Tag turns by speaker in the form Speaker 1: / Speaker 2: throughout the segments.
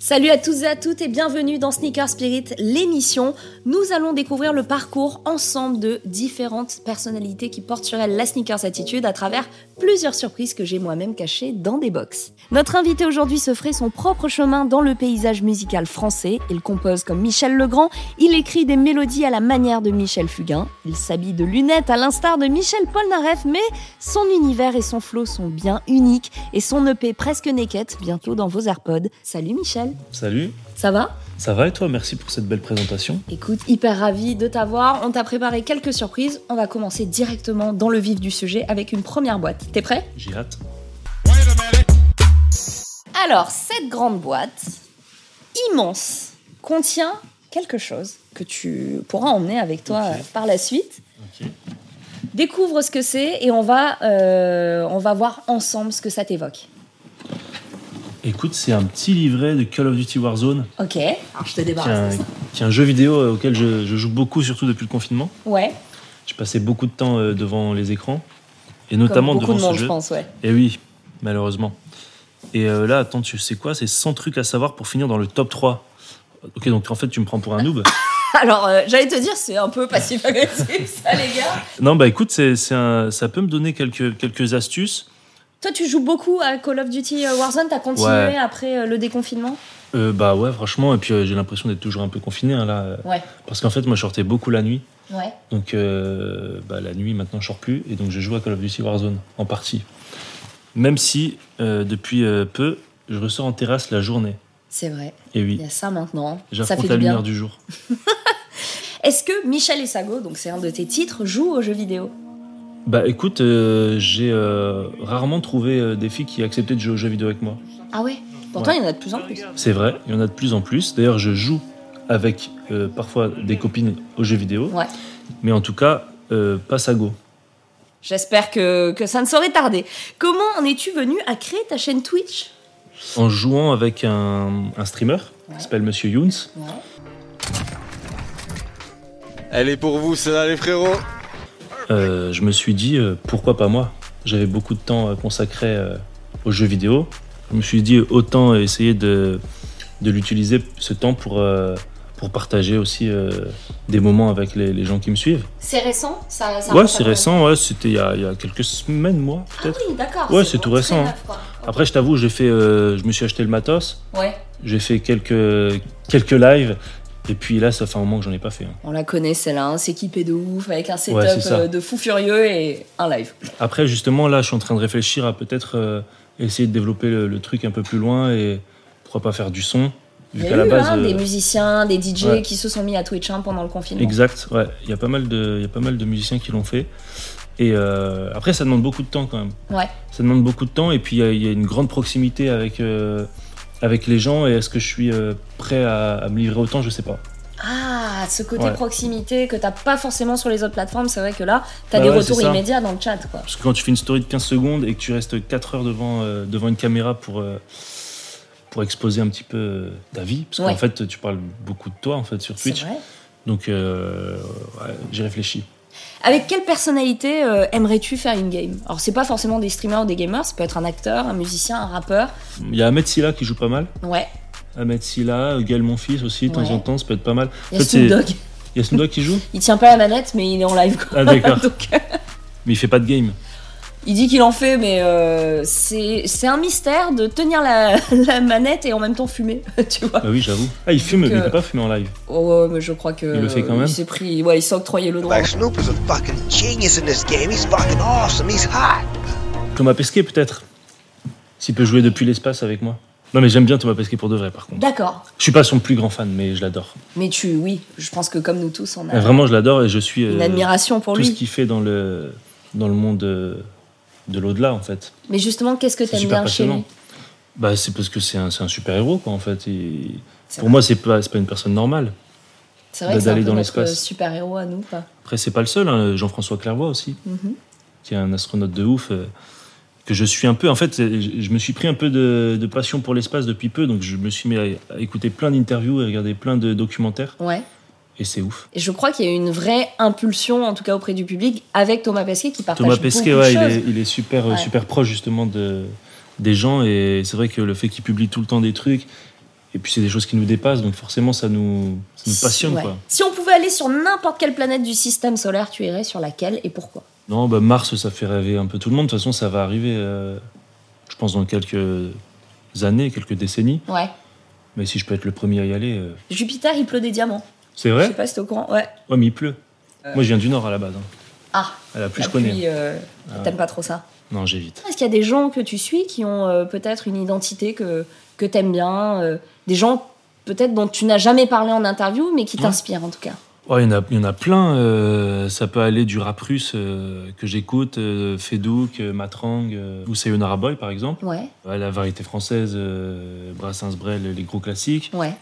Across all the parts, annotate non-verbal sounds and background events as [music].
Speaker 1: Salut à tous et à toutes et bienvenue dans Sneaker Spirit, l'émission. Nous allons découvrir le parcours ensemble de différentes personnalités qui portent sur elles la sneakers attitude à travers plusieurs surprises que j'ai moi-même cachées dans des box. Notre invité aujourd'hui se ferait son propre chemin dans le paysage musical français. Il compose comme Michel Legrand, il écrit des mélodies à la manière de Michel Fugain, il s'habille de lunettes à l'instar de Michel Polnareff, mais son univers et son flow sont bien uniques et son EP presque naked bientôt dans vos AirPods. Salut Michel
Speaker 2: Salut,
Speaker 1: ça va
Speaker 2: ça va et toi Merci pour cette belle présentation.
Speaker 1: Écoute, hyper ravi de t'avoir. On t'a préparé quelques surprises. On va commencer directement dans le vif du sujet avec une première boîte. T'es prêt
Speaker 2: J'ai hâte.
Speaker 1: Alors, cette grande boîte, immense, contient quelque chose que tu pourras emmener avec toi
Speaker 2: Ok.
Speaker 1: euh, par la suite.
Speaker 2: Ok.
Speaker 1: Découvre ce que c'est et on va, euh, on va voir ensemble ce que ça t'évoque.
Speaker 2: Écoute, c'est un petit livret de Call of Duty Warzone,
Speaker 1: Ok,
Speaker 3: Alors je te
Speaker 1: Ah,
Speaker 2: qui est un,
Speaker 3: débarrasse. de ça.
Speaker 2: qui est un jeu vidéo euh, auquel je, je joue beaucoup, surtout depuis le confinement.
Speaker 1: ouais.
Speaker 2: J'ai passé beaucoup de temps euh, devant les écrans, et notamment
Speaker 1: Comme beaucoup de
Speaker 2: devant
Speaker 1: monde,
Speaker 2: ce
Speaker 1: je
Speaker 2: jeu.
Speaker 1: pense, ouais.
Speaker 2: Et oui, malheureusement. Et euh, là, attends, tu sais quoi C'est 100 trucs à savoir pour finir dans le top 3. Ok, donc en fait, tu me prends pour un noob.
Speaker 1: Alors, euh, j'allais te dire, c'est un peu passif-agressif, ça, les gars.
Speaker 2: non, bah écoute, c'est, c'est un- ça peut me donner quelques, quelques astuces.
Speaker 1: Toi, tu joues beaucoup à Call of Duty euh, Warzone. T'as continué
Speaker 2: Ouais.
Speaker 1: après euh, le déconfinement
Speaker 2: Euh, bah ouais, franchement, et puis euh, j'ai l'impression d'être toujours un peu confiné hein, là. euh,
Speaker 1: Ouais.
Speaker 2: Parce qu'en fait, moi, je sortais beaucoup la nuit.
Speaker 1: Ouais.
Speaker 2: Donc, euh, bah, la nuit, maintenant, je sors plus. Et donc, je joue à Call of Duty Warzone, en partie. Même si, euh, depuis euh, peu, je ressors en terrasse la journée.
Speaker 1: C'est vrai.
Speaker 2: Et
Speaker 1: Il
Speaker 2: oui,
Speaker 1: y a ça maintenant. Ça
Speaker 2: j'affronte
Speaker 1: fait
Speaker 2: la
Speaker 1: du
Speaker 2: lumière
Speaker 1: bien.
Speaker 2: du jour.
Speaker 1: Est-ce que Michel et Sago, donc c'est un de tes titres, jouent aux jeux vidéo
Speaker 2: Bah écoute, euh, j'ai euh, rarement trouvé euh, des filles qui acceptaient de jouer aux jeux vidéo avec moi.
Speaker 1: Ah ouais Pourtant,
Speaker 2: Ouais.
Speaker 1: il y en a de plus en plus.
Speaker 2: C'est vrai, il y en a de plus en plus. D'ailleurs, je joue avec euh, parfois des copines aux jeux vidéo.
Speaker 1: Ouais.
Speaker 2: Mais en tout cas, euh, pas Sago.
Speaker 1: J'espère que, que ça ne saurait tarder. Comment en es-tu venu à créer ta chaîne Twitch
Speaker 2: en jouant avec un, un streamer qui s'appelle Monsieur Younes.
Speaker 4: Elle est pour vous, celle-là, les frérots.
Speaker 2: Euh, je me suis dit euh, pourquoi pas moi J'avais beaucoup de temps euh, consacré euh, aux jeux vidéo. Je me suis dit euh, autant essayer de, de l'utiliser ce temps pour, euh, pour partager aussi euh, des moments avec les, les gens qui me suivent.
Speaker 1: C'est récent ça, ça
Speaker 2: ouais,
Speaker 1: remonte à
Speaker 2: c'est
Speaker 1: quand
Speaker 2: récent, ouais, c'était il y, a, il y a quelques semaines, mois
Speaker 1: Ah
Speaker 2: peut-être.
Speaker 1: oui, d'accord.
Speaker 2: Ouais, c'est tout
Speaker 1: vraiment très
Speaker 2: récent,
Speaker 1: neuf, quoi.
Speaker 2: Après, je t'avoue, j'ai fait, euh, je me suis acheté le matos,
Speaker 1: Ouais.
Speaker 2: j'ai fait quelques, quelques lives, et puis là, ça fait un moment que j'en ai pas fait. hein.
Speaker 1: On la connaît celle-là, hein, c'est équipé de ouf, avec un setup
Speaker 2: Ouais, c'est ça.
Speaker 1: euh, de fou furieux et un live.
Speaker 2: Après, justement, là, je suis en train de réfléchir à peut-être euh, essayer de développer le, le truc un peu plus loin et pourquoi pas faire du son.
Speaker 1: Il
Speaker 2: Vu
Speaker 1: y
Speaker 2: qu'à
Speaker 1: a
Speaker 2: la
Speaker 1: eu
Speaker 2: base.
Speaker 1: hein, des
Speaker 2: euh,
Speaker 1: musiciens, des DJ
Speaker 2: ouais.
Speaker 1: qui se sont mis à Twitch hein, pendant le confinement.
Speaker 2: exact, ouais. Il y, a pas mal de, il y a pas mal de musiciens qui l'ont fait. Et euh, après, ça demande beaucoup de temps quand même.
Speaker 1: Ouais.
Speaker 2: Ça demande beaucoup de temps et puis il y a- il y, a une grande proximité avec, euh, avec les gens. Et est-ce que je suis euh, prêt à, à me livrer autant Je sais pas.
Speaker 1: Ah, ce côté
Speaker 2: Ouais.
Speaker 1: proximité que t'as pas forcément sur les autres plateformes, c'est vrai que là, t'as
Speaker 2: Bah
Speaker 1: des
Speaker 2: ouais,
Speaker 1: retours
Speaker 2: c'est ça.
Speaker 1: immédiats dans le chat, quoi.
Speaker 2: Parce que quand tu fais une story de 15 secondes et que tu restes 4 heures devant, euh, devant une caméra pour, euh, pour exposer un petit peu euh, ta vie, parce
Speaker 1: Ouais.
Speaker 2: qu'en fait, tu parles beaucoup de toi en fait, sur
Speaker 1: C'est
Speaker 2: Twitch.
Speaker 1: vrai.
Speaker 2: Donc, euh, ouais, j'ai réfléchi.
Speaker 1: Avec quelle personnalité euh, aimerais-tu faire une game Alors, c'est pas forcément des streamers ou des gamers, ça peut être un acteur, un musicien, un rappeur.
Speaker 2: Il y a Ahmed Silla qui joue pas mal.
Speaker 1: Ouais,
Speaker 2: Ahmed Silla, Gaël Monfils aussi, de temps
Speaker 1: Ouais.
Speaker 2: en temps, ça peut être pas mal.
Speaker 1: il y
Speaker 2: En
Speaker 1: a
Speaker 2: fait,
Speaker 1: Snoop
Speaker 2: c'est-
Speaker 1: Dogg.
Speaker 2: Il y a Snoop Dogg qui joue
Speaker 1: Il tient pas la manette, mais il est en live, quoi.
Speaker 2: Ah, d'accord.
Speaker 1: [laughs] Donc, euh,
Speaker 2: Mais il fait pas de game.
Speaker 1: il dit qu'il en fait, mais euh, c'est c'est un mystère de tenir la, [laughs] la manette et en même temps fumer, [laughs] tu vois.
Speaker 2: Bah oui, j'avoue. Ah, il fume,
Speaker 1: Donc,
Speaker 2: mais il
Speaker 1: euh,
Speaker 2: peut pas fumer en live.
Speaker 1: Oh, ouais, mais je crois que.
Speaker 2: Il le fait quand même
Speaker 1: Il s'est pris. Ouais, il s'est octroyé le droit.
Speaker 5: Like Snoop is a fucking genius in this game. He's fucking awesome. He's hot.
Speaker 2: Thomas Pesquet, peut-être S'il peut jouer depuis l'espace avec moi. Non, mais j'aime bien Thomas Pesquet pour de vrai, par contre.
Speaker 1: D'accord.
Speaker 2: Je suis pas son plus grand fan, mais je l'adore.
Speaker 1: Mais tu, oui, je pense que comme nous tous, on
Speaker 2: Ah,
Speaker 1: a
Speaker 2: Vraiment, je l'adore et je suis.
Speaker 1: une
Speaker 2: euh,
Speaker 1: admiration pour
Speaker 2: tout ce
Speaker 1: lui.
Speaker 2: qu'il fait dans le, dans le monde euh, de l'au-delà, en fait.
Speaker 1: Mais justement, qu'est-ce que
Speaker 2: C'est
Speaker 1: t'aimes
Speaker 2: super
Speaker 1: bien chez lui
Speaker 2: passionnant. Bah, c'est parce que c'est un, c'est un super-héros, quoi, en fait. Il-
Speaker 1: C'est
Speaker 2: pour
Speaker 1: vrai.
Speaker 2: moi, c'est pas, c'est pas une personne normale.
Speaker 1: C'est vrai que c'est un
Speaker 2: d'aller
Speaker 1: peu
Speaker 2: dans
Speaker 1: notre
Speaker 2: l'espace.
Speaker 1: super héros à nous, quoi.
Speaker 2: Après, c'est pas le seul, hein, Jean-François Clairvoy aussi,
Speaker 1: Mhm.
Speaker 2: qui est un astronaute de ouf, euh, que je suis un peu. En fait, euh, je je me suis pris un peu de, de passion pour l'espace depuis peu, donc je me suis mis à, à écouter plein d'interviews et regarder plein de documentaires,
Speaker 1: Ouais.
Speaker 2: et c'est ouf.
Speaker 1: Et je crois qu'il y a eu une vraie impulsion, en tout cas auprès du public, avec Thomas Pesquet qui partage
Speaker 2: Thomas Pesquet,
Speaker 1: beaucoup
Speaker 2: ouais,
Speaker 1: de
Speaker 2: il
Speaker 1: choses.
Speaker 2: est, il est super, euh,
Speaker 1: Ouais.
Speaker 2: super proche justement de, des gens, et c'est vrai que le fait qu'il publie tout le temps des trucs, et Et puis c'est des choses qui nous dépassent, donc forcément ça nous, ça nous passionne.
Speaker 1: Ouais.
Speaker 2: Quoi.
Speaker 1: Si on pouvait aller sur n'importe quelle planète du système solaire, tu irais sur laquelle et pourquoi
Speaker 2: Non, bah Mars, ça fait rêver un peu tout le monde. De toute façon, ça va arriver, euh, je pense, dans quelques années, quelques décennies.
Speaker 1: Ouais.
Speaker 2: Mais si je peux être le premier à y aller, euh,
Speaker 1: Jupiter, il pleut des diamants.
Speaker 2: c'est
Speaker 1: Je
Speaker 2: vrai Euh.
Speaker 1: sais pas si t'es au courant. Ouais.
Speaker 2: Ouais, mais il pleut. Moi, je viens du Nord à la base. hein.
Speaker 1: Ah,
Speaker 2: À la plus,
Speaker 1: la
Speaker 2: je connais.
Speaker 1: pluie, euh,
Speaker 2: Ah.
Speaker 1: t'aimes pas trop ça.
Speaker 2: Non, j'évite.
Speaker 1: Est-ce qu'il y a des gens que tu suis qui ont euh, peut-être une identité que, que t'aimes bien euh, Des gens peut-être dont tu n'as jamais parlé en interview, mais qui
Speaker 2: Ouais.
Speaker 1: t'inspirent en tout cas
Speaker 2: Ouais, il y, en a- il y en a plein. euh, ça peut aller du rap russe euh, que j'écoute, euh, Fedouk, euh, Matrang euh, ou Sayonara Boy, par exemple.
Speaker 1: Ouais,
Speaker 2: Ouais, la variété française, euh, Brassens Brel, les gros classiques.
Speaker 1: ouais.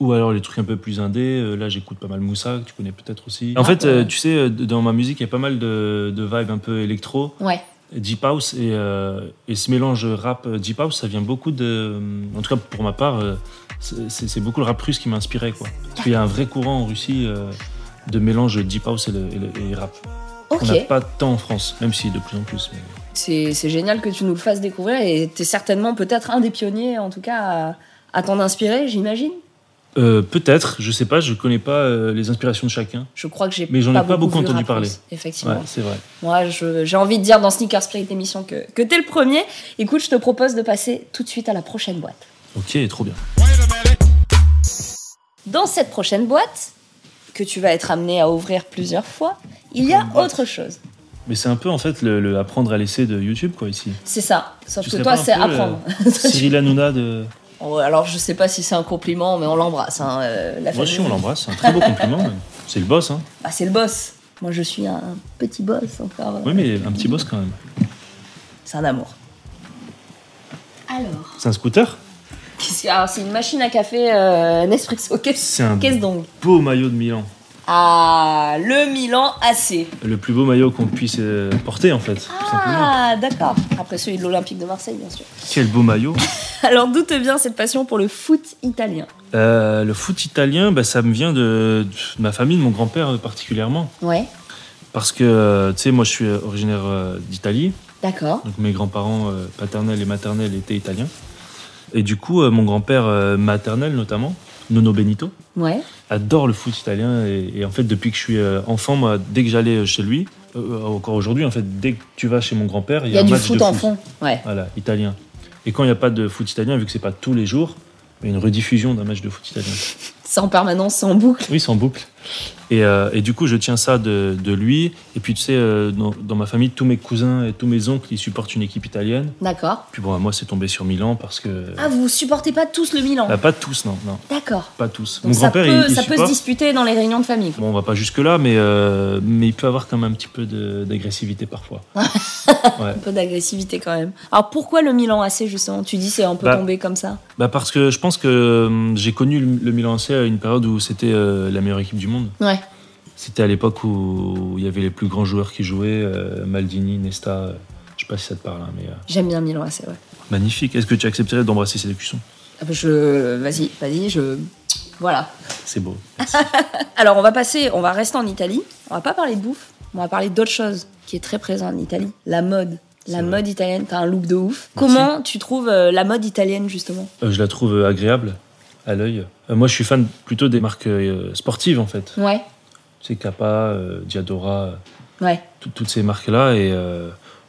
Speaker 2: Ou alors les trucs un peu plus indés. euh, là, j'écoute pas mal Moussa, que tu connais peut-être aussi. En
Speaker 1: Ah,
Speaker 2: fait,
Speaker 1: ouais.
Speaker 2: euh, tu sais, euh, dans ma musique, il y a pas mal de, de vibes un peu électro,
Speaker 1: Ouais,
Speaker 2: deep house. Et, euh, et ce mélange rap euh, deep house, ça vient beaucoup de. En tout cas, pour ma part, euh, c'est c'est- c'est beaucoup le rap russe qui m'inspirait. quoi. Parce qu'il y a un vrai courant en Russie euh, de mélange deep house et, le- et le- et rap.
Speaker 1: ok.
Speaker 2: On n'a pas tant en France, même si de plus en plus. mais-
Speaker 1: C'est c'est génial que tu nous le fasses découvrir et t'es certainement peut-être un des pionniers en tout cas à, à t'en inspirer, j'imagine.
Speaker 2: Euh, Peut-être, je sais pas, je connais pas euh, les inspirations de chacun.
Speaker 1: Je crois que j'ai
Speaker 2: Mais j'en ai pas beaucoup
Speaker 1: vu
Speaker 2: entendu
Speaker 1: Rap
Speaker 2: parler.
Speaker 1: House,
Speaker 2: Ouais,
Speaker 1: Effectivement.
Speaker 2: c'est vrai.
Speaker 1: Moi, je- j'ai envie de dire dans Sneaker Spirit émission que, que t'es le premier. Écoute, je te propose de passer tout de suite à la prochaine boîte.
Speaker 2: Ok, trop bien.
Speaker 1: Dans cette prochaine boîte, que tu vas être amené à ouvrir plusieurs fois, il y a
Speaker 2: Prochaine boîte.
Speaker 1: autre chose.
Speaker 2: Mais c'est un peu en fait le, le apprendre à laisser de YouTube quoi ici.
Speaker 1: C'est ça. Sauf
Speaker 2: Tu
Speaker 1: que
Speaker 2: serais
Speaker 1: toi,
Speaker 2: pas un
Speaker 1: c'est
Speaker 2: peu, euh,
Speaker 1: apprendre. [laughs]
Speaker 2: Cyril Hanouna de.
Speaker 1: Oh, Alors, je sais pas si c'est un compliment, mais on l'embrasse. hein, euh, la
Speaker 2: Moi
Speaker 1: famille.
Speaker 2: aussi on l'embrasse, c'est un
Speaker 1: [laughs]
Speaker 2: très beau compliment. même. C'est le boss hein.
Speaker 1: Bah, c'est le boss. Moi, je suis un petit boss encore. euh,
Speaker 2: Oui mais un petit boss quand même.
Speaker 1: C'est un amour. Alors
Speaker 2: C'est un scooter
Speaker 1: C'est alors, c'est une machine à café euh, Nespresso. Qu'est-ce
Speaker 2: C'est un
Speaker 1: qu'est-ce donc
Speaker 2: beau maillot de Milan.
Speaker 1: Ah, le Milan AC.
Speaker 2: Le plus beau maillot qu'on puisse euh, porter en fait. tout simplement.
Speaker 1: Ah, d'accord. Après celui de l'Olympique de Marseille, bien sûr.
Speaker 2: Quel beau maillot.
Speaker 1: Alors, d'où te vient cette passion pour le foot italien
Speaker 2: Euh, le foot italien, bah, ça me vient de, de ma famille, de mon grand-père euh, particulièrement.
Speaker 1: Ouais,
Speaker 2: Parce que, euh, tu sais, moi je suis euh, originaire euh, d'Italie.
Speaker 1: d'accord.
Speaker 2: Donc mes grands-parents euh, paternels et maternels étaient italiens. Et du coup, euh, mon grand-père euh, maternel notamment, Nono Benito,
Speaker 1: Ouais,
Speaker 2: adore le foot italien. Et, et en fait, depuis que je suis euh, enfant, moi, dès que j'allais euh, chez lui, euh, encore aujourd'hui, en fait, dès que tu vas chez mon grand-père, il
Speaker 1: il
Speaker 2: y a, un
Speaker 1: du
Speaker 2: match
Speaker 1: foot
Speaker 2: de
Speaker 1: en
Speaker 2: foot.
Speaker 1: fond. Ouais.
Speaker 2: Voilà, Ah italien. Et quand il n'y a pas de foot italien, vu que c'est pas tous les jours, il y a une rediffusion d'un match de foot italien.
Speaker 1: C'est en permanence, c'est en boucle.
Speaker 2: Oui, c'est en boucle. Et, euh, et du coup, je tiens ça de, de lui. Et puis, tu sais, euh, dans, dans ma famille, tous mes cousins et tous mes oncles, ils supportent une équipe italienne.
Speaker 1: D'accord.
Speaker 2: Puis bon, moi, c'est tombé sur Milan parce que. euh,
Speaker 1: Ah, vous supportez pas tous le Milan
Speaker 2: Bah, pas tous, non, non,
Speaker 1: D'accord.
Speaker 2: pas tous.
Speaker 1: Donc,
Speaker 2: Mon
Speaker 1: ça,
Speaker 2: grand-père,
Speaker 1: peut,
Speaker 2: il, il
Speaker 1: ça peut se
Speaker 2: supporte.
Speaker 1: disputer dans les réunions de famille.
Speaker 2: Bon, on va pas jusque-là, mais, euh, mais il peut avoir quand même un petit peu de- d'agressivité parfois.
Speaker 1: Un peu d'agressivité quand même. Alors pourquoi le Milan AC justement Tu dis c'est un peu
Speaker 2: Bah,
Speaker 1: tombé comme ça.
Speaker 2: Bah, parce que je pense que hum, j'ai connu le, le Milan AC à une période où c'était euh, la meilleure équipe du monde.
Speaker 1: Ouais.
Speaker 2: C'était à l'époque où il y avait les plus grands joueurs qui jouaient, euh, Maldini, Nesta. euh, je sais pas si ça te parle, hein, mais euh,
Speaker 1: J'aime bien Milan AC. Ouais.
Speaker 2: magnifique. Est-ce que tu accepterais d'embrasser ces écussons
Speaker 1: Ah bah, Je vas-y, vas-y, je voilà. [laughs]
Speaker 2: C'est beau.
Speaker 1: Alors on va passer, on va rester en Italie. On va pas parler de bouffe. On va parler d'autre chose qui est très présent en Italie. La mode.
Speaker 2: C'est
Speaker 1: La
Speaker 2: vrai.
Speaker 1: mode italienne, t'as un look de ouf.
Speaker 2: Merci.
Speaker 1: Comment tu trouves euh, la mode italienne justement
Speaker 2: [laughs] Euh, je la trouve euh, agréable à l'œil. Euh, moi, je suis fan plutôt des marques euh, sportives en fait.
Speaker 1: Ouais,
Speaker 2: c'est Kappa, euh, Diadora, euh,
Speaker 1: ouais.
Speaker 2: tout- toutes ces marques-là. Et euh,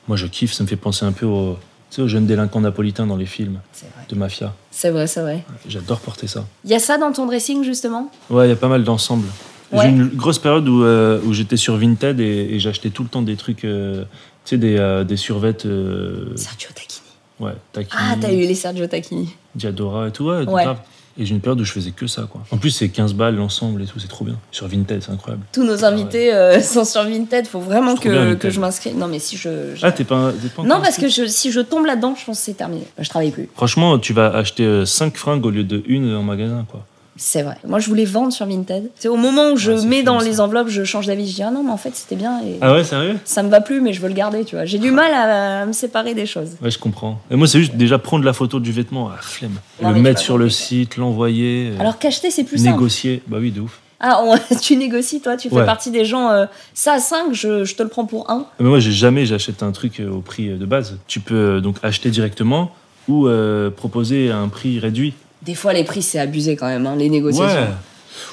Speaker 2: moi, je kiffe, ça me fait penser un peu aux, tu sais, aux jeunes délinquants napolitains dans les films
Speaker 1: C'est vrai,
Speaker 2: de mafia.
Speaker 1: c'est vrai, c'est vrai.
Speaker 2: J'adore porter ça.
Speaker 1: Il y a ça dans ton dressing justement
Speaker 2: Ouais, il y a pas mal d'ensembles.
Speaker 1: Ouais.
Speaker 2: J'ai eu une grosse période où, euh, où j'étais sur Vinted et, et j'achetais tout le temps des trucs, euh, tu sais, des, euh, des survettes, euh,
Speaker 1: Sergio Tacchini.
Speaker 2: ouais, Takini,
Speaker 1: Ah, t'as eu les Sergio Tacchini.
Speaker 2: Diadora et tout, ouais,
Speaker 1: Ouais.
Speaker 2: grave. Et j'ai une période où je faisais que ça, quoi. En plus, c'est 15 balles l'ensemble et tout, c'est trop bien. Sur Vinted, c'est incroyable.
Speaker 1: Tous nos invités euh, [laughs] sont sur Vinted. Faut vraiment
Speaker 2: C'est trop bien,
Speaker 1: que,
Speaker 2: Vinted.
Speaker 1: que je m'inscris. Non, mais si je. je-
Speaker 2: Ah, t'es pas, t'es pas
Speaker 1: non,
Speaker 2: encore
Speaker 1: parce que je- si je tombe là-dedans, je pense que c'est terminé. Je travaille plus.
Speaker 2: Franchement, tu vas acheter 5 fringues au lieu de une en magasin, quoi.
Speaker 1: C'est vrai. Moi, je voulais vendre sur Vinted. C'est au moment où je
Speaker 2: Ouais, c'est
Speaker 1: mets
Speaker 2: fou,
Speaker 1: dans
Speaker 2: ça.
Speaker 1: les enveloppes, je change d'avis. Je dis ah non, mais en fait, c'était bien et
Speaker 2: Ah ouais, sérieux
Speaker 1: ça me va plus, mais je veux le garder. Tu vois, j'ai du mal à, à me séparer des choses.
Speaker 2: Ouais, je comprends. Et moi, c'est juste déjà prendre la photo du vêtement, à flemme.
Speaker 1: Non, mais
Speaker 2: le
Speaker 1: tu
Speaker 2: mettre
Speaker 1: vas
Speaker 2: sur le site, l'envoyer, euh,
Speaker 1: Alors qu'acheter, c'est plus simple.
Speaker 2: négocier. Bah oui, de ouf.
Speaker 1: Ah, on- [laughs] tu négocies, toi, tu fais
Speaker 2: Ouais.
Speaker 1: partie des gens. euh, ça à 5, je, je te le prends pour 1.
Speaker 2: Mais moi, j'ai jamais, j'achète un truc euh, au prix euh, de base. Tu peux euh, donc acheter directement ou euh, proposer un prix réduit.
Speaker 1: Des fois, les prix, c'est abusé quand même, hein, les négociations.
Speaker 2: Ouais.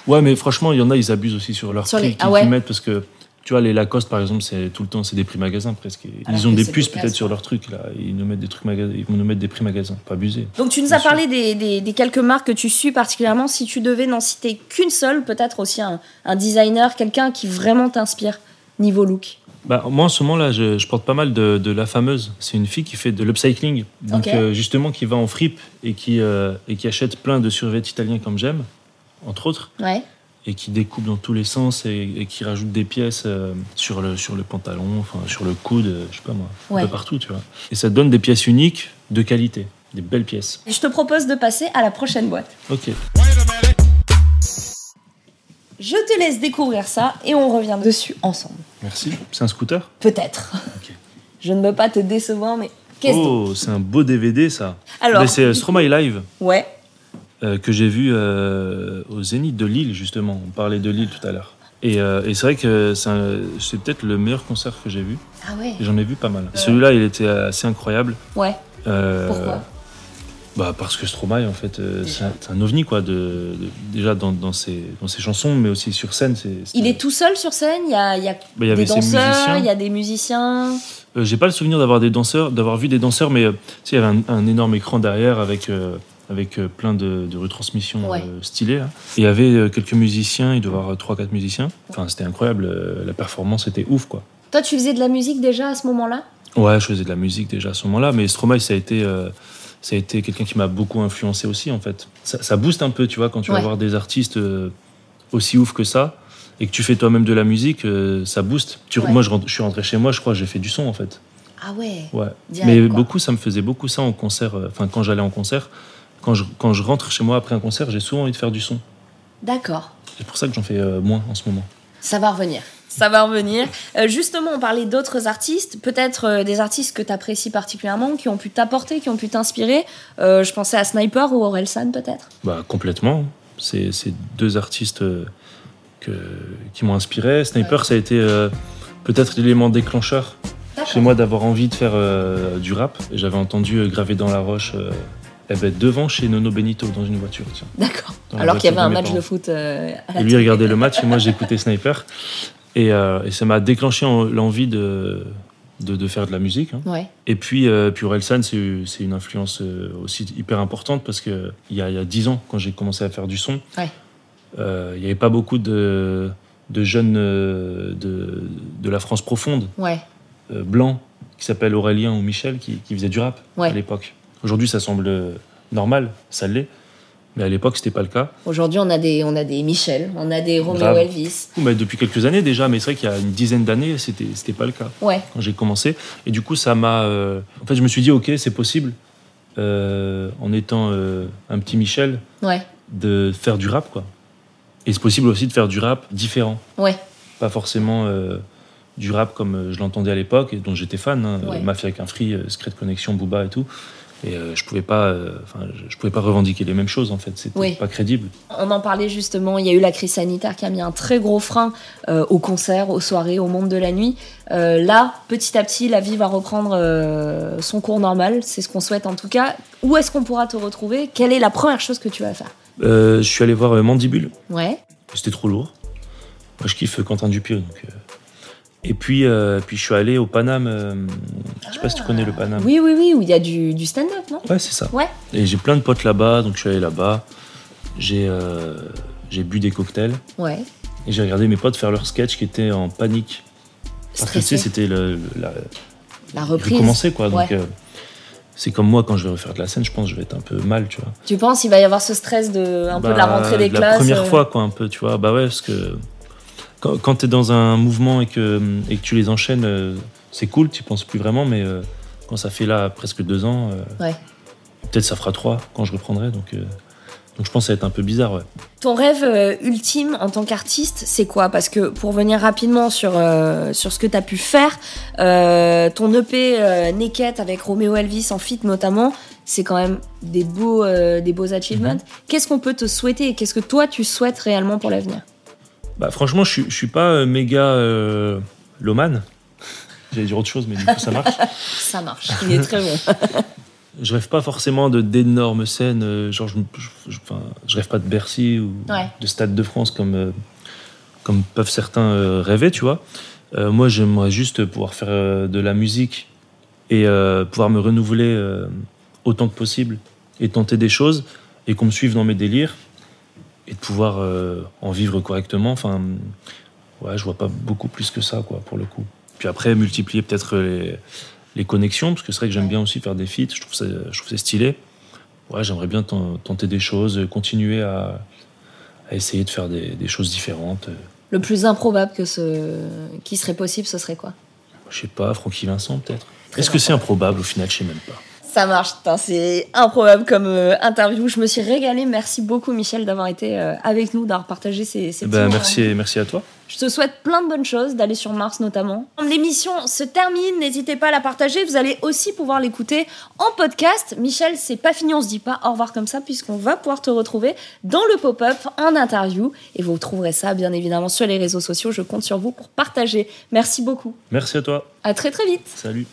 Speaker 2: ouais, mais franchement, il y en a, ils abusent aussi sur leurs
Speaker 1: Sur
Speaker 2: prix
Speaker 1: les-
Speaker 2: qu'ils
Speaker 1: ah ouais.
Speaker 2: qu'ils mettent parce que. Tu vois, les Lacoste, par exemple, c'est tout le temps, c'est des prix magasins presque.
Speaker 1: Alors
Speaker 2: ils ont
Speaker 1: que
Speaker 2: des
Speaker 1: c'est
Speaker 2: puces
Speaker 1: des places,
Speaker 2: peut-être sur
Speaker 1: ouais.
Speaker 2: leurs trucs, là. Ils nous mettent des trucs magasins, ils vont nous mettre des prix magasins. Pas abusé.
Speaker 1: Donc tu nous
Speaker 2: Bien
Speaker 1: as parlé des, des- des quelques marques que tu suis particulièrement. Si tu devais n'en citer qu'une seule, peut-être aussi un, un designer, quelqu'un qui vraiment t'inspire niveau look.
Speaker 2: Bah, moi, en ce moment, là, je, je porte pas mal de, de la fameuse. C'est une fille qui fait de l'upcycling. Donc,
Speaker 1: Ok.
Speaker 2: euh, justement, qui va en fripe et qui, euh, et qui achète plein de survêtements italiens comme j'aime, entre autres,
Speaker 1: Ouais.
Speaker 2: et qui découpe dans tous les sens et, et qui rajoute des pièces euh, sur, le, sur le pantalon, enfin, sur le coude, euh, je sais pas moi,
Speaker 1: Ouais.
Speaker 2: un peu partout, tu vois. Et ça donne des pièces uniques de qualité, des belles pièces.
Speaker 1: Je te propose de passer à la prochaine boîte.
Speaker 2: Ok.
Speaker 1: Je te laisse découvrir ça et on revient dessus ensemble.
Speaker 2: Merci. C'est un scooter
Speaker 1: Peut-être.
Speaker 2: Ok.
Speaker 1: Je ne veux pas te décevoir, mais qu'est-ce que...
Speaker 2: Oh, c'est un beau DVD, ça.
Speaker 1: Alors,
Speaker 2: Mais c'est euh, Stromae Live.
Speaker 1: ouais.
Speaker 2: euh, que j'ai vu euh, au Zénith de Lille, justement. On parlait de Lille tout à l'heure. Et, euh, et c'est vrai que c'est un- c'est peut-être le meilleur concert que j'ai vu.
Speaker 1: Ah ouais.
Speaker 2: J'en ai vu pas mal. Celui-là, il était assez incroyable.
Speaker 1: Ouais.
Speaker 2: Euh,
Speaker 1: Pourquoi
Speaker 2: bah parce que Stromae en fait euh, c'est un, c'est un ovni quoi de, de- déjà dans, dans ses dans ses chansons mais aussi sur scène c'est c'est-
Speaker 1: Il est tout seul sur scène. Il y a, il y a
Speaker 2: Bah, il y avait
Speaker 1: des
Speaker 2: ses
Speaker 1: danseurs,
Speaker 2: musiciens.
Speaker 1: il y a des musiciens.
Speaker 2: Euh, j'ai pas le souvenir d'avoir des danseurs d'avoir vu des danseurs mais euh, tu sais, il y avait un, un énorme écran derrière avec euh, avec euh, plein de, de retransmissions
Speaker 1: Ouais.
Speaker 2: euh, stylées. là. Et il y avait euh, quelques musiciens, il doit y avoir 3-4 musiciens. Enfin, c'était incroyable, euh, la performance était ouf, quoi.
Speaker 1: Toi, tu faisais de la musique déjà à ce moment-là
Speaker 2: Ouais, je faisais de la musique déjà à ce moment-là, mais Stromae, ça a été, euh, ça a été quelqu'un qui m'a beaucoup influencé aussi, en fait. Ça, ça booste un peu, tu vois, quand tu
Speaker 1: Ouais.
Speaker 2: vas voir des artistes euh, aussi ouf que ça, et que tu fais toi-même de la musique, euh, ça booste. Tu-
Speaker 1: Ouais.
Speaker 2: Moi, je, rentre- je suis rentré chez moi, je crois, que j'ai fait du son, en fait.
Speaker 1: Ah ouais.
Speaker 2: Ouais.
Speaker 1: Direct,
Speaker 2: mais
Speaker 1: quoi.
Speaker 2: beaucoup, ça me faisait beaucoup ça en concert, euh, enfin, quand j'allais en concert. Quand je, quand je rentre chez moi après un concert, j'ai souvent envie de faire du son.
Speaker 1: D'accord.
Speaker 2: C'est pour ça que j'en fais euh, moins en ce moment.
Speaker 1: Ça va revenir. Ça va revenir. Euh, justement, on parlait d'autres artistes, peut-être euh, des artistes que tu apprécies particulièrement, qui ont pu t'apporter, qui ont pu t'inspirer. Euh, je pensais à Sniper ou Orelsan, peut-être.
Speaker 2: Bah, complètement. C'est c'est deux artistes euh, que, qui m'ont inspiré. Sniper, ça a été euh, peut-être l'élément déclencheur chez moi d'avoir envie de faire euh, du rap. J'avais entendu euh, graver dans la roche euh, eh ben, devant chez Nono Benito dans une voiture. tiens.
Speaker 1: D'accord.
Speaker 2: Dans la
Speaker 1: Alors qu'il y avait
Speaker 2: voiture
Speaker 1: un
Speaker 2: de mes
Speaker 1: match de
Speaker 2: parents.
Speaker 1: foot euh, à la
Speaker 2: Et lui regardait le match et moi j'écoutais Sniper. Et, euh, et ça m'a déclenché en- l'envie de, de, de faire de la musique. hein.
Speaker 1: Ouais.
Speaker 2: Et puis, euh, puis Orelsan, c'est c'est une influence euh, aussi hyper importante parce qu'il y a il y a dix ans, quand j'ai commencé à faire du son,
Speaker 1: Ouais.
Speaker 2: euh, il n'y avait pas beaucoup de, de jeunes euh, de, de la France profonde,
Speaker 1: Ouais.
Speaker 2: euh, blancs, qui s'appellent Aurélien ou Michel, qui, qui faisaient du rap
Speaker 1: Ouais.
Speaker 2: à l'époque. Aujourd'hui, ça semble euh, normal, ça l'est, mais à l'époque, c'était pas le cas.
Speaker 1: Aujourd'hui, on a des, on a des Michel, on a des Romeo
Speaker 2: Grave.
Speaker 1: Elvis.
Speaker 2: Mais bah, depuis quelques années déjà, mais c'est vrai qu'il y a une dizaine d'années, c'était c'était pas le cas.
Speaker 1: Ouais.
Speaker 2: quand j'ai commencé. Et du coup, ça m'a. euh, En fait, je me suis dit, ok, c'est possible, euh, en étant euh, un petit Michel,
Speaker 1: Ouais.
Speaker 2: de faire du rap, quoi. Et c'est possible aussi de faire du rap différent.
Speaker 1: Ouais.
Speaker 2: Pas forcément euh, du rap comme euh, je l'entendais à l'époque, et dont j'étais fan. hein,
Speaker 1: Ouais.
Speaker 2: euh, Mafia avec un free, euh, Secret Connection, Booba et tout. Et euh, je pouvais pas, euh, enfin, je- je pouvais pas revendiquer les mêmes choses en fait. C'était
Speaker 1: Oui.
Speaker 2: pas crédible.
Speaker 1: On en parlait justement, il y a eu la crise sanitaire qui a mis un très gros frein euh, aux concerts, aux soirées, au monde de la nuit. Euh, là, petit à petit, la vie va reprendre euh, son cours normal, c'est ce qu'on souhaite en tout cas. Où est-ce qu'on pourra te retrouver Quelle est la première chose que tu vas faire
Speaker 2: Euh, je suis allé voir euh, Mandibule.
Speaker 1: Ouais,
Speaker 2: C'était trop lourd. Moi, je kiffe Quentin Dupieux. Donc, euh. Et puis, euh, puis, je suis allé au Paname. euh, je sais pas si tu connais le Paname.
Speaker 1: oui, oui, oui, où il y a du, du stand-up, non
Speaker 2: Ouais, c'est ça.
Speaker 1: Ouais.
Speaker 2: Et j'ai plein de potes là-bas, donc je suis allé là-bas. J'ai euh, j'ai bu des cocktails
Speaker 1: Ouais,
Speaker 2: et j'ai regardé mes potes faire leur sketch qui était en panique. Parce que tu
Speaker 1: stressé,
Speaker 2: sais, c'était le, le- la,
Speaker 1: la reprise.
Speaker 2: recommencer, quoi. Donc,
Speaker 1: Ouais.
Speaker 2: euh, c'est comme moi, quand je vais refaire de la scène, je pense que je vais être un peu mal, tu vois.
Speaker 1: Tu penses il va y avoir ce stress de, un peu de la
Speaker 2: Bah,
Speaker 1: rentrée des
Speaker 2: de
Speaker 1: classes
Speaker 2: La première
Speaker 1: euh,
Speaker 2: fois, quoi, un peu, tu vois. Bah ouais, parce que quand, quand t'es dans un mouvement et que, et que tu les enchaînes, euh, c'est cool, tu penses plus vraiment, mais euh, quand ça fait là presque deux ans, euh,
Speaker 1: Ouais.
Speaker 2: peut-être ça fera trois quand je reprendrai, donc, euh, donc je pense que ça va être un peu bizarre, ouais.
Speaker 1: Ton rêve euh, ultime en tant qu'artiste, c'est quoi Parce que pour revenir rapidement sur, euh, sur ce que tu as pu faire, euh, ton EP euh, Naked avec Romeo Elvis en feat notamment, c'est quand même des beaux, euh, des beaux achievements.
Speaker 2: Mhm.
Speaker 1: Qu'est-ce qu'on peut te souhaiter et qu'est-ce que toi tu souhaites réellement pour l'avenir
Speaker 2: Bah, franchement, je, suis- je suis pas euh, méga euh, loman. J'allais dire autre chose, mais du coup, ça marche.
Speaker 1: Ça marche, il est très bon.
Speaker 2: Je rêve pas forcément de d'énormes scènes, euh, genre je, je, je- enfin, je rêve pas de Bercy ou
Speaker 1: Ouais.
Speaker 2: de Stade de France comme, euh, comme peuvent certains euh, rêver, tu vois. Euh, moi, j'aimerais juste pouvoir faire euh, de la musique et euh, pouvoir me renouveler euh, autant que possible et tenter des choses et qu'on me suive dans mes délires et de pouvoir euh, en vivre correctement. Enfin, ouais, je vois pas beaucoup plus que ça, quoi, pour le coup. Puis après, multiplier peut-être les, les connexions, parce que c'est vrai que j'aime bien aussi faire des feats, je trouve ça, je trouve ça stylé. Ouais, j'aimerais bien ten- tenter des choses, continuer à, à essayer de faire des, des choses différentes.
Speaker 1: [laughs]
Speaker 2: Euh,
Speaker 1: Le plus improbable que ce qui serait possible, ce serait quoi
Speaker 2: Je sais pas, Francky Vincent peut-être.
Speaker 1: Très
Speaker 2: Est-ce que c'est improbable au final Je sais même pas.
Speaker 1: Ça marche, putain, c'est improbable comme euh, interview. Je me suis régalée. Merci beaucoup, Michel, d'avoir été euh, avec nous, d'avoir partagé ces, ces petits
Speaker 2: Ben,
Speaker 1: moments.
Speaker 2: merci, merci à toi.
Speaker 1: Je te souhaite plein de bonnes choses, d'aller sur Mars notamment. L'émission se termine, n'hésitez pas à la partager. Vous allez aussi pouvoir l'écouter en podcast. Michel, c'est pas fini, on se dit pas au revoir comme ça, puisqu'on va pouvoir te retrouver dans le pop-up en interview. Et vous trouverez ça, bien évidemment, sur les réseaux sociaux. Je compte sur vous pour partager. Merci beaucoup.
Speaker 2: Merci à toi.
Speaker 1: À très très vite.
Speaker 2: Salut.